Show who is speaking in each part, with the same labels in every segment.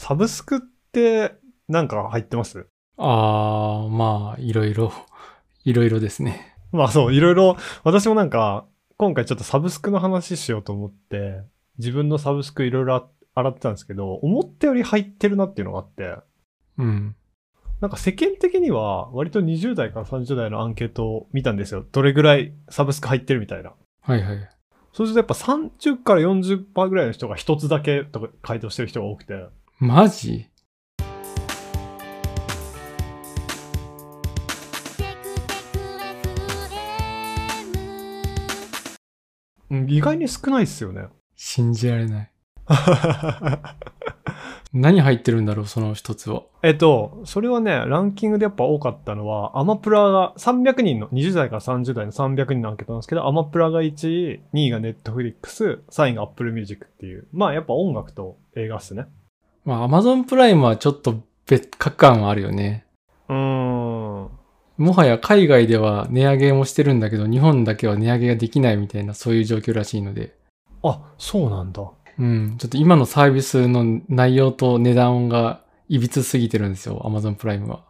Speaker 1: サブスクってなんか入ってます
Speaker 2: あー、まあ、いろいろ、 いろいろですね。
Speaker 1: まあそう、いろいろ、私もなんか、今回ちょっとサブスクの話しようと思って、自分のサブスクいろいろあ洗ってたんですけど、思ったより入ってるなっていうのがあって、
Speaker 2: うん。
Speaker 1: なんか世間的には割と20代から30代のアンケートを見たんですよ。どれぐらいサブスク入ってるみたいな。
Speaker 2: はいはい。
Speaker 1: そうするとやっぱ30から40%ぐらいの人が一つだけとか回答してる人が多くて。
Speaker 2: マジ
Speaker 3: テクテク FM
Speaker 1: うん意外に少ないっすよね。
Speaker 2: 信じられない。何入ってるんだろう、その一つは。
Speaker 1: えっと、それはね、ランキングでやっぱ多かったのは、アマプラが300人の、20代から30代の300人のアンケートなんですけど、アマプラが1位、2位がネットフリックス、3位がアップルミュージックっていう。まあやっぱ音楽と映画っすね。
Speaker 2: まあ、アマゾンプライムはちょっと別格感はあるよね。
Speaker 1: うーん。
Speaker 2: もはや海外では値上げもしてるんだけど、日本だけは値上げができないみたいな、そういう状況らしいので。
Speaker 1: あ、そうなんだ。
Speaker 2: うん。ちょっと今のサービスの内容と値段がいびつすぎてるんですよ、アマゾンプライムは。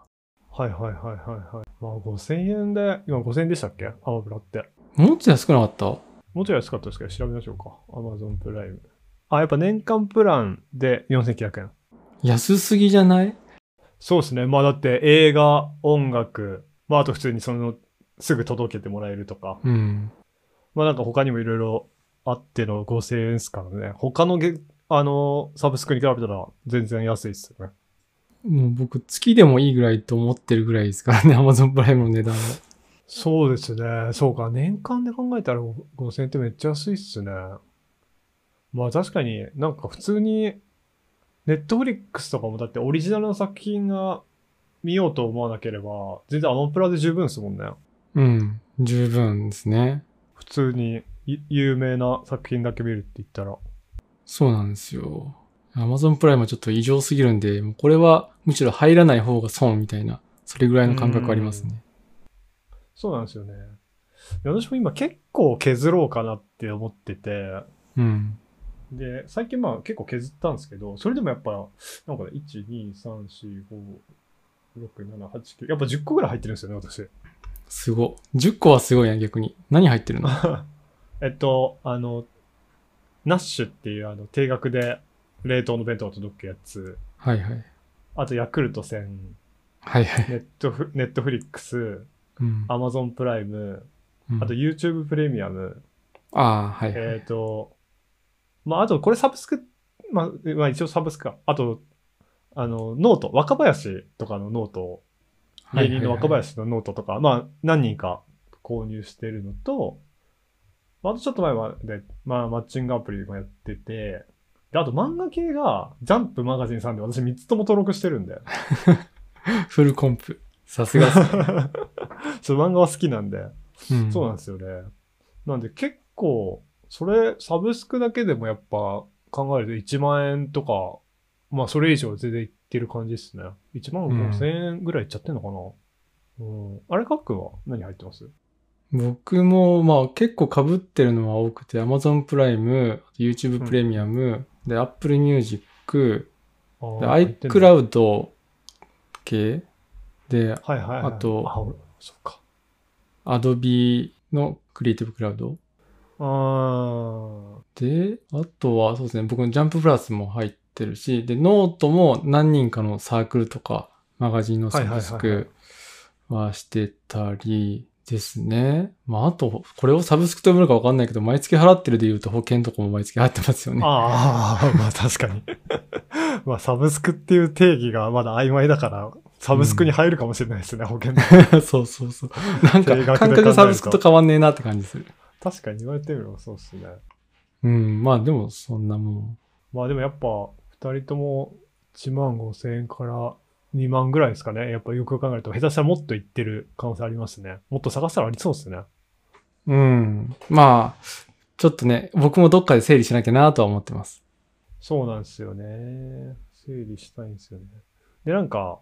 Speaker 1: はいはいはいはいはい。まあ5000円で、今5000円でしたっけアマプラって。
Speaker 2: もうちょい安くなかった
Speaker 1: もうちょい安かったですけど、調べましょうか。アマゾンプライム。あ、やっぱ年間プランで4900円。
Speaker 2: 安すぎじゃない
Speaker 1: そうですね。まあだって映画、音楽、まああと普通にその、すぐ届けてもらえるとか。
Speaker 2: うん。
Speaker 1: まあなんか他にもいろいろあっての5000円ですからね。他のげ、あの、サブスクに比べたら全然安いっすよね。
Speaker 2: もう僕、月でもいいぐらいと思ってるぐらいですからね、 アマゾンプライムの値段は。
Speaker 1: そうですね。そうか。年間で考えたらご5000円ってめっちゃ安いっすね。まあ確かになんか普通に、ネットフリックスとかもだってオリジナルの作品が見ようと思わなければ、全然アマプラで十分ですもんね。
Speaker 2: うん。十分ですね。
Speaker 1: 普通にい有名な作品だけ見るって言ったら。
Speaker 2: そうなんですよ。アマゾンプライムはちょっと異常すぎるんで、もうこれはむしろ入らない方が損みたいな、それぐらいの感覚ありますね。
Speaker 1: そうなんですよね。いや私も今結構削ろうかなって思ってて、
Speaker 2: うん。
Speaker 1: で、最近まあ結構削ったんですけど、それでもやっぱ、なんかね、1、2、3、4、5、6、7、8、9、やっぱ10個ぐらい入ってるんですよね、私。
Speaker 2: すご。10個はすごいな、逆に。何入って るの
Speaker 1: えっと、あの、ナッシュっていうあの、定額で冷凍の弁当が届くやつ、
Speaker 2: はいはい。
Speaker 1: あとヤクルト1000、
Speaker 2: はいはい。
Speaker 1: ネットフ、ネットフリックス、
Speaker 2: うん。
Speaker 1: アマゾンプライム、
Speaker 2: うん
Speaker 1: あと YouTube プレミアム、
Speaker 2: あー、はいはい。
Speaker 1: えっ、と、まあ、あと、これサブスク、まあ、まあ、一応サブスクか。あと、あの、ノート、若林とかのノートを、
Speaker 2: はい
Speaker 1: 芸人の若林のノートとか、まあ、何人か購入してるのと、まあ、あとちょっと前まで、まあ、マッチングアプリもやってて、で、あと漫画系が、ジャンプマガジンさんで私3つとも登録してるんで、
Speaker 2: フルコンプ。さすがっす。
Speaker 1: そう、漫画は好きなんで、
Speaker 2: うん
Speaker 1: そうなんですよね。なんで結構、それ、サブスクだけでもやっぱ考えると1万円とか、まあそれ以上全然いってる感じですね。1万5千円ぐらいいっちゃってんのかな、うん、あれ、かっくんは何入ってます
Speaker 2: 僕も、まあ結構被ってるのは多くて、Amazon プライム、YouTube プレミアム、で、Apple Music、
Speaker 1: あ
Speaker 2: で
Speaker 1: ー入ってんだ
Speaker 2: iCloud 系、で、
Speaker 1: はいはい、はい。
Speaker 2: あと
Speaker 1: あ、俺そっか。
Speaker 2: Adobe の Creative Cloud。
Speaker 1: あ ー
Speaker 2: で、あとはそうですね、僕のジャンププラスも入ってるし、で、ノートも何人かのサークルとか、マガジンのサブス
Speaker 1: はいはいはい
Speaker 2: クはしてたりですね。まあ、あと、これをサブスクと呼ぶのかわかんないけど、毎月払ってるで言うと保険とかも毎月払ってますよね。
Speaker 1: あー、まあ確かに。 まあサブスクっていう定義がまだ曖昧だから、サブスクに入るかもしれないですね、保険 の
Speaker 2: そうそ うそう。なん
Speaker 1: 定額で考え
Speaker 2: か、
Speaker 1: ると
Speaker 2: 感覚がサブスクと変わんねえなって感じする。
Speaker 1: 確かに言われてみればそうですね。
Speaker 2: うん、まあでもそんなもん。
Speaker 1: まあでもやっぱ、二人とも1万5千円から2万ぐらいですかね。やっぱよくよく考えると、下手したらもっといってる可能性ありますね。もっと探したらありそうですね。
Speaker 2: うん。まあ、ちょっとね、僕もどっかで整理しなきゃなとは思ってます。
Speaker 1: そうなんですよね。整理したいんですよね。で、なんか、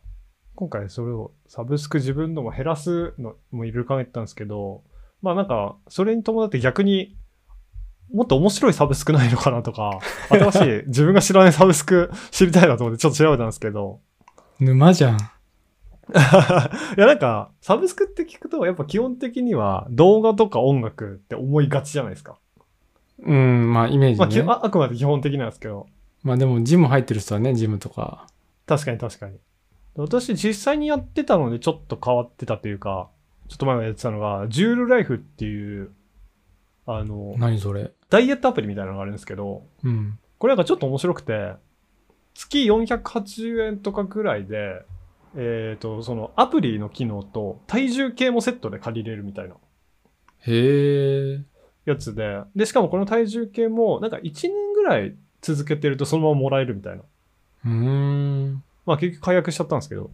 Speaker 1: 今回それをサブスク自分のも減らすのもいろいろ考えてたんですけど、まあなんか、それに伴って逆に、もっと面白いサブスクないのかなとか、新しい自分が知らないサブスク知りたいなと思ってちょっと調べたんですけど、
Speaker 2: 沼じゃん。
Speaker 1: いやなんか、サブスクって聞くと、やっぱ基本的には動画とか音楽って思いがちじゃないですか。
Speaker 2: うん、まあイメ
Speaker 1: まあ
Speaker 2: ー
Speaker 1: き
Speaker 2: ジね。
Speaker 1: あ、あくまで基本的なんですけど、
Speaker 2: まあでもジム入ってる人はね、ジムとか。
Speaker 1: 確かに確かに。私実際にやってたのでちょっと変わってたというか、ちょっと前はやってたのが、ジュールライフっていう、あの、
Speaker 2: 何それ。
Speaker 1: ダイエットアプリみたいなのがあるんですけど、
Speaker 2: うん。
Speaker 1: これなんかちょっと面白くて、月480円とかぐらいで、えっ、と、そのアプリの機能と体重計もセットで借りれるみたいな
Speaker 2: へえ。
Speaker 1: やつで、で、しかもこの体重計もなんか1年ぐらい続けてるとそのままもらえるみたいな。
Speaker 2: うーん。
Speaker 1: まあ結局解約しちゃったんですけど。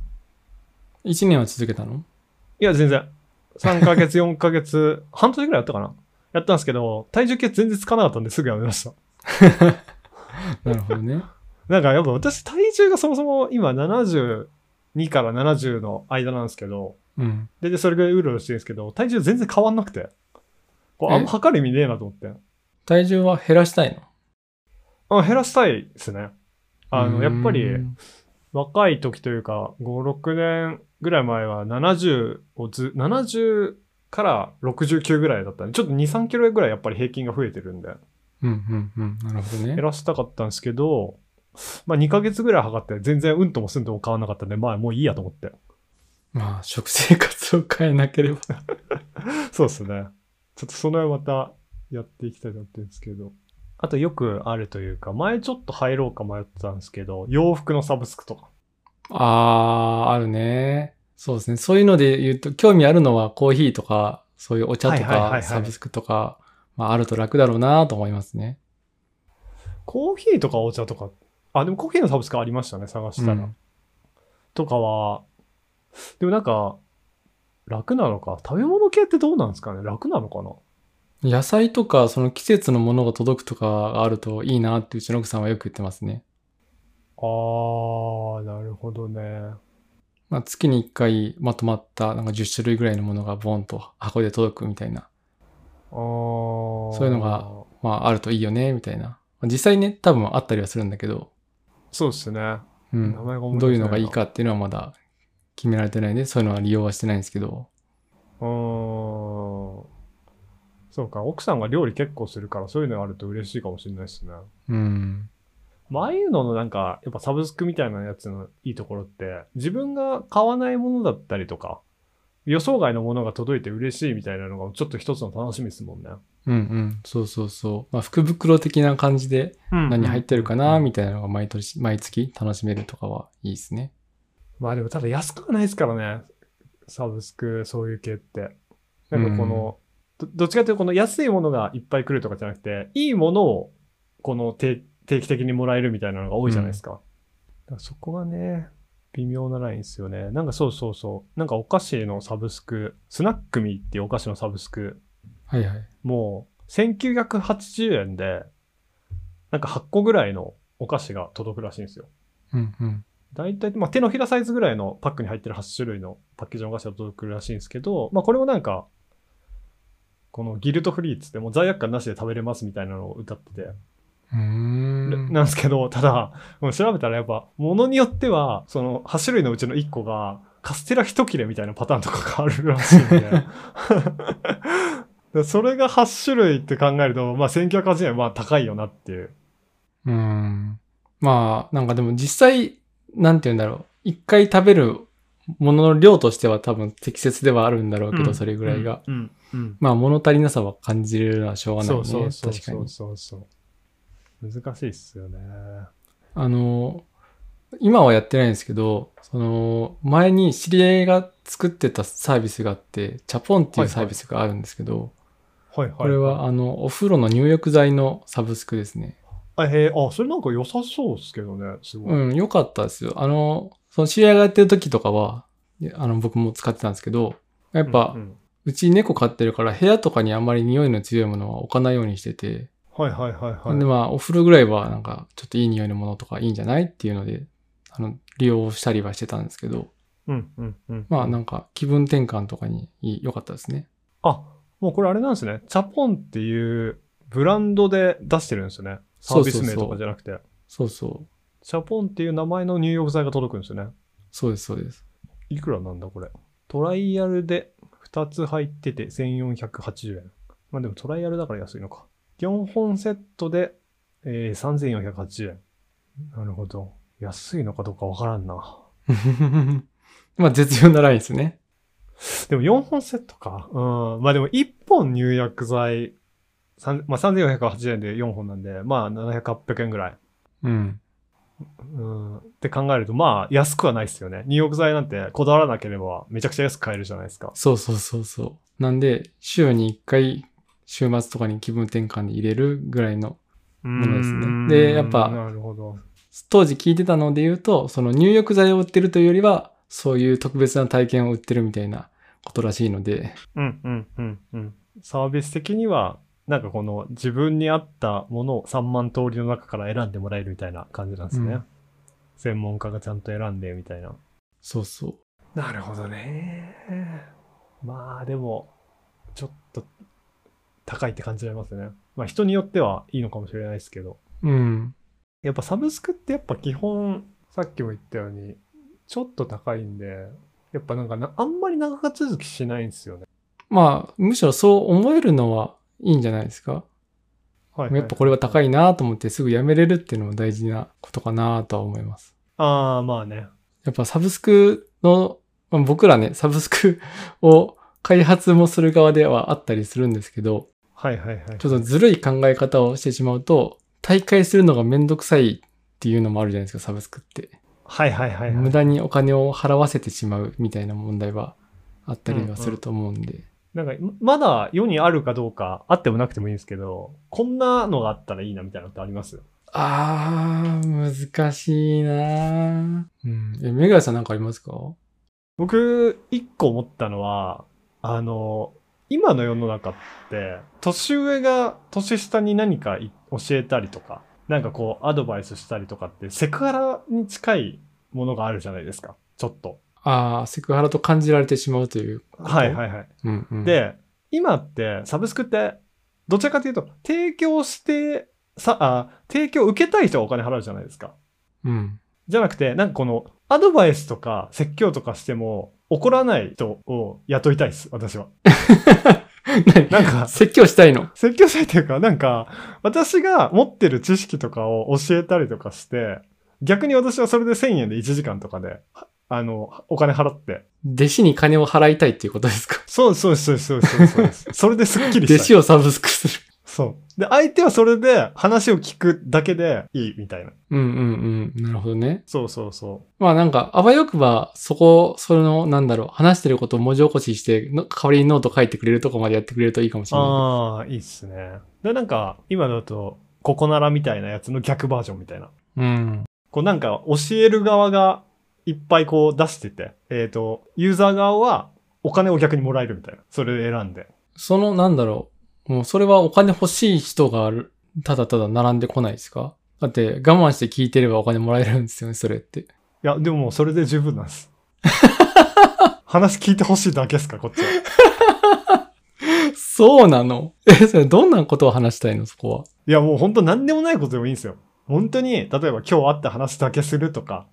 Speaker 2: 1年は続けたの
Speaker 1: いや、全然。3ヶ 月、4ヶ月、半年ぐらいやったかな。やったんですけど、体重計全然つかなかったんですぐやめました。
Speaker 2: なるほどね。
Speaker 1: なんかやっぱ私体重がそもそも今72から70の間なんですけど、
Speaker 2: うん。
Speaker 1: で、でそれぐらいうろうろしてるんですけど、体重全然変わんなくて。こうあん
Speaker 2: え
Speaker 1: ま測る意味ねえなと思って。
Speaker 2: 体重は減らしたいの
Speaker 1: あ減らしたいですね。あ
Speaker 2: うー
Speaker 1: の、
Speaker 2: ん
Speaker 1: やっぱり若い時というか、5、6年ぐらい前は70をず、70から69ぐらいだったんで、ちょっと2、3キロぐらいやっぱり平均が増えてるんで、
Speaker 2: うんうんうん。なるほどね
Speaker 1: 減。らしたかったんですけど、まあ2ヶ月ぐらい測って全然うんともすんとも変わんなかったんで、まあもういいやと思って。
Speaker 2: まあ、食生活を変えなければ。
Speaker 1: そうですね。ちょっとその辺またやっていきたいと思ってるんですけど。あとよくあるというか、前ちょっと入ろうか迷ってたんですけど、洋服のサブスクとか。
Speaker 2: あー、あるね。そうですね。そういうので言うと、興味あるのはコーヒーとか、そういうお茶と
Speaker 1: はいはいはいは
Speaker 2: か、
Speaker 1: い
Speaker 2: サブスクとか、まあ、あると楽だろうなと思いますね。
Speaker 1: コーヒーとかお茶とか、あ、でもコーヒーのサブスクありましたね、探したら。
Speaker 2: うん
Speaker 1: とかは、でもなんか、楽なのか。食べ物系ってどうなんですかね楽なのかな
Speaker 2: 野菜とか、その季節のものが届くとかがあるといいなってうちの奥さんはよく言ってますね。
Speaker 1: あー、なるほどね。
Speaker 2: まあ、月に1回まとまった、なんか10種類ぐらいのものがボンと箱で届くみたいな。
Speaker 1: あー。
Speaker 2: そういうのが。まあ、あるといいよね、みたいな。まあ実際ね、多分あったりはするんだけど、
Speaker 1: そうですね。
Speaker 2: う
Speaker 1: 名
Speaker 2: ん。
Speaker 1: 前が思い出せな
Speaker 2: どういうのがいい。かっていうのはまだ決められてないんで、そういうのは利用はしてないんですけど。
Speaker 1: うーん。そうか、奥さんが料理結構するから、そういうのがあると嬉しいかもしれないですね。
Speaker 2: うん。
Speaker 1: まあ、ああいうののなんか、やっぱサブスクみたいなやつのいいところって、自分が買わないものだったりとか、予想外のものが届いて嬉しいみたいなのが、ちょっと一つの楽しみですもんね。
Speaker 2: うんうん。そうそうそう。まあ、福袋的な感じで何入ってるかな、みたいなのが毎年、毎月楽しめるとかはいいですね。
Speaker 1: まあでも、ただ安くはないですからね。サブスク、そういう系って。なんかこの、どどっちかというとこの安いものがいっぱい来るとかじゃなくて、いいものをこの定定期的にもらえるみたいなのが多いじゃないですか。だからそこがね、微妙なラインですよね。なんかそうそうそう。なんかお菓子のサブスク、スナックミーっていうお菓子のサブスク、
Speaker 2: はいはい。
Speaker 1: もう1980円で、なんか8個ぐらいのお菓子が届くらしいんですよ。
Speaker 2: うんうん。
Speaker 1: 大体、まあ、手のひらサイズぐらいのパックに入ってる8種類のパッケージのお菓子が届くらしいんですけど、まあ、これもなんか、このギルトフリーっつってもう罪悪感なしで食べれますみたいなのを歌ってて、
Speaker 2: うーん。
Speaker 1: なんですけど、ただ、もう調べたらやっぱ、ものによっては、その8種類のうちの1個が、カステラ1切れみたいなパターンとかがあるらしいんでだ から、それが8種類って考えると、まあ、1980円はまあ高いよなっていう。
Speaker 2: うん。まあ、なんかでも実際、なんて言うんだろう。一回食べるものの量としては多分適切ではあるんだろうけ
Speaker 1: う
Speaker 2: ど、
Speaker 1: ん
Speaker 2: それぐらいが。
Speaker 1: うん。うん。
Speaker 2: まあ、物足りなさは感じるのはしょうがない
Speaker 1: そ
Speaker 2: ね。
Speaker 1: うそうそう
Speaker 2: 確か
Speaker 1: そ
Speaker 2: に
Speaker 1: う。そうそう。難しいっすよね。
Speaker 2: あの、今はやってないんですけど、その、前に知り合いが作ってたサービスがあって、チャポンってい
Speaker 1: はいうはい
Speaker 2: サービスがあるんですけど、
Speaker 1: はいはい。
Speaker 2: これは、あの、お風呂の入浴剤のサブスクですね。
Speaker 1: あ、へえ、あ、それなんか良さそうですけどね、すごい。
Speaker 2: うん、良かったですよ。あの、その知り合いがやってる時とかは、であの、僕も使ってたんですけど、やっぱ、う
Speaker 1: うんうん
Speaker 2: ち猫飼ってるから部屋とかにあんまり匂いの強いものは置かないようにしてて、
Speaker 1: はいはいはいはい。
Speaker 2: でまあ、お風呂ぐらいはなんか、ちょっといい匂いのものとかいいんじゃないっていうので、あの、利用したりはしてたんですけど、
Speaker 1: うんうんうん。
Speaker 2: まあなんか気分転換とかにいい良かったですね。
Speaker 1: あ、もうこれあれなんですね。チャポンっていうブランドで出してるんですよね。サービス名
Speaker 2: そうそうそう
Speaker 1: とかじゃなくて。
Speaker 2: そうそう。
Speaker 1: シャポンっていう名前の入浴剤が届くんですよね。
Speaker 2: そうです、そうです。
Speaker 1: いくらなんだこれ。トライアルで2つ入ってて1480円。まあでもトライアルだから安いのか。4本セットで、えー、3480円。なるほど。安いのかどうかわからんな。
Speaker 2: まあ、絶妙なラインですね。
Speaker 1: でも4本セットか。うん。まあでも1本入浴剤、さんまあ、3480円で4本なんで、まあ700、800円ぐらい。
Speaker 2: うん。
Speaker 1: うん。って考えると、まあ安くはないですよね。入浴剤なんてこだわらなければめちゃくちゃ安く買えるじゃないですか。
Speaker 2: そうそうそうそう。なんで、週に1回、週末とかに気分転換で入れるぐらいの。
Speaker 1: うん
Speaker 2: そうですねでやっぱ
Speaker 1: なるほど。
Speaker 2: 当時聞いてたので言うと、その入浴剤を売ってるというよりは、そういう特別な体験を売ってるみたいなことらしいので、
Speaker 1: うんうんうんうん。サービス的には、なんかこの自分に合ったものを3万通りの中から選んでもらえるみたいな感じなんですね。
Speaker 2: うん
Speaker 1: 専門家がちゃんと選んでみたいな。
Speaker 2: そうそう。
Speaker 1: なるほどね。まあでも、ちょっと高いって感じられますね。まあ人によってはいいのかもしれないですけど。
Speaker 2: うん。
Speaker 1: やっぱサブスクってやっぱ基本、さっきも言ったように、ちょっと高いんで、やっぱなんかなあんまり長続きしないんですよね。
Speaker 2: まあ、むしろそう思えるのはいいんじゃないですか。
Speaker 1: はい、
Speaker 2: やっぱこれは高いなと思ってすぐやめれるっていうのも大事なことかなとは思います。
Speaker 1: ああ、まあね。
Speaker 2: やっぱサブスクの、まあ僕らね、 サブスクを開発もする側ではあったりするんですけど、
Speaker 1: はいはいはい。
Speaker 2: ちょっとずるい考え方をしてしまうと、大会するのがめんどくさいっていうのもあるじゃないですか、サブスクって。
Speaker 1: はいはいはい、は
Speaker 2: 無
Speaker 1: い。
Speaker 2: 駄にお金を払わせてしまうみたいな問題はあったりはすると思うんで。
Speaker 1: なんか、まだ世にあるかどうか、あってもなくてもいいんですけど、こんなのがあったらいいなみたいなのってあります
Speaker 2: あー、難しいなーうん。え、メガヤさんなんかありますか
Speaker 1: 僕、一個思ったのは、あの、今の世の中って、年上が年下に何かい教えたりとか、なんかこう、アドバイスしたりとかって、セクハラに近いものがあるじゃないですか。ちょっと。
Speaker 2: あー、セクハラと感じられてしまうという。
Speaker 1: はいはいはい。
Speaker 2: うん、うん。、
Speaker 1: で、今って、サブスクって、どちらかというと、提供して、さ、あ、提供受けたい人がお金払うじゃないですか。
Speaker 2: うん。
Speaker 1: じゃなくて、なんかこの、アドバイスとか説教とかしても、怒らない人を雇いたいです、私は。
Speaker 2: 何
Speaker 1: なんか
Speaker 2: 説教したいの。
Speaker 1: 説教したいというか、なんか、私が持ってる知識とかを教えたりとかして、逆に私はそれで1000円で1時間とかで、はあの、お金払って。
Speaker 2: 弟子に金を払いたいっていうことですか
Speaker 1: そうそうそうそうそうそうです。それですっきりし
Speaker 2: 弟
Speaker 1: たい。
Speaker 2: 子をサブスクする。
Speaker 1: そう。で、相手はそれで話を聞くだけでいいみたいな。
Speaker 2: うんうんうん。なるほどね。
Speaker 1: そうそうそ
Speaker 2: まあなんか、あわよくば、そこ、その、なんだろう、話してることを文字起こしして、の代わりにノート書いてくれるとこまでやってくれるといいかもし
Speaker 1: う。
Speaker 2: れな
Speaker 1: ああ、いいっすね。で、なんか、今だと、ココナラみたいなやつの逆バージョンみたいな。
Speaker 2: い。うん。
Speaker 1: こうなんか教える側がいっぱいこう出してて、えっ、と、ユーザー側はお金を逆にもらえるみたいな。それで選んで。
Speaker 2: その、なんだろう、もうそれはお金欲しい人があるただただ並んでこないですかだって、我慢して聞いてればお金もらえるんですよね、それ って。
Speaker 1: いや、でももうそれで十分なん です。話聞いてほしいだけですか、こっちは。い
Speaker 2: そうなのえ、それどんなことを話したいの、そこは。
Speaker 1: や、もう本当何でもないことでもいいんですよ。本当に、例えば今日会った話だけするとか、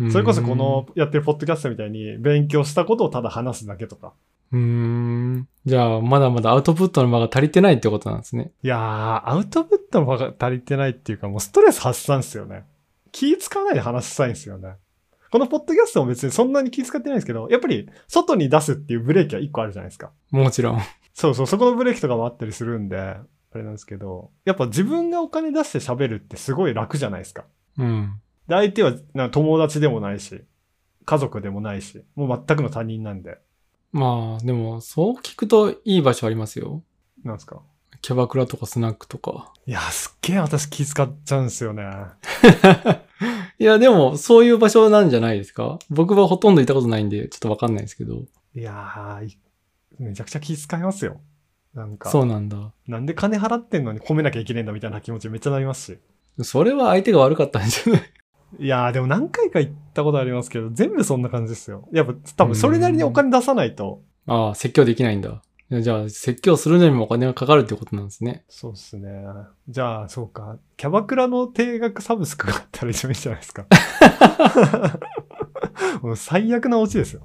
Speaker 2: うん
Speaker 1: それこそこのやってるポッドキャストみたいに勉強したことをただ話すだけとか。
Speaker 2: うーん。じゃあ、まだまだアウトプットの場が足りてないってことなんですね。
Speaker 1: いやー、アウトプットの場が足りてないっていうか、もうストレス発散っすよね。気使わないで話したいんですよね。このポッドキャストも別にそんなに気使ってないんですけど、やっぱり外に出すっていうブレーキは一個あるじゃないですか。
Speaker 2: もちろん。
Speaker 1: そうそう、そこのブレーキとかもあったりするんで、あれなんですけど、やっぱ自分がお金出して喋るってすごい楽じゃないですか。
Speaker 2: うん。
Speaker 1: で、相手はな友達でもないし、家族でもないし、もう全くの他人なんで、
Speaker 2: まあ、でも、そう聞くといい場所ありますよ。
Speaker 1: なんですか。
Speaker 2: キャバクラとかスナックとか。
Speaker 1: いやー、すっげえ私気使っちゃうんですよね。
Speaker 2: いや、でも、そういう場所なんじゃないですか僕はほとんど行ったことないんで、ちょっとわかんないですけど。
Speaker 1: いやー、いめちゃくちゃ気遣いますよ。なんか、
Speaker 2: そうなんだ。
Speaker 1: なんで金払ってんのに褒めなきゃいけねえんだみたいな気持ちめっちゃなりますし。
Speaker 2: それは相手が悪かったんじゃない
Speaker 1: いやー、でも何回か行ったことありますけど、全部そんな感じですよ。やっぱ多分それなりにお金出さないと、
Speaker 2: ああ、説教できないんだ。やじゃあ、説教するのにもお金がかかるってことなんですね。
Speaker 1: そうっすね。じゃあ、そうか。キャバクラの定額サブ スクがあったら一緒いいじゃないですか。もう最悪なオチですよ。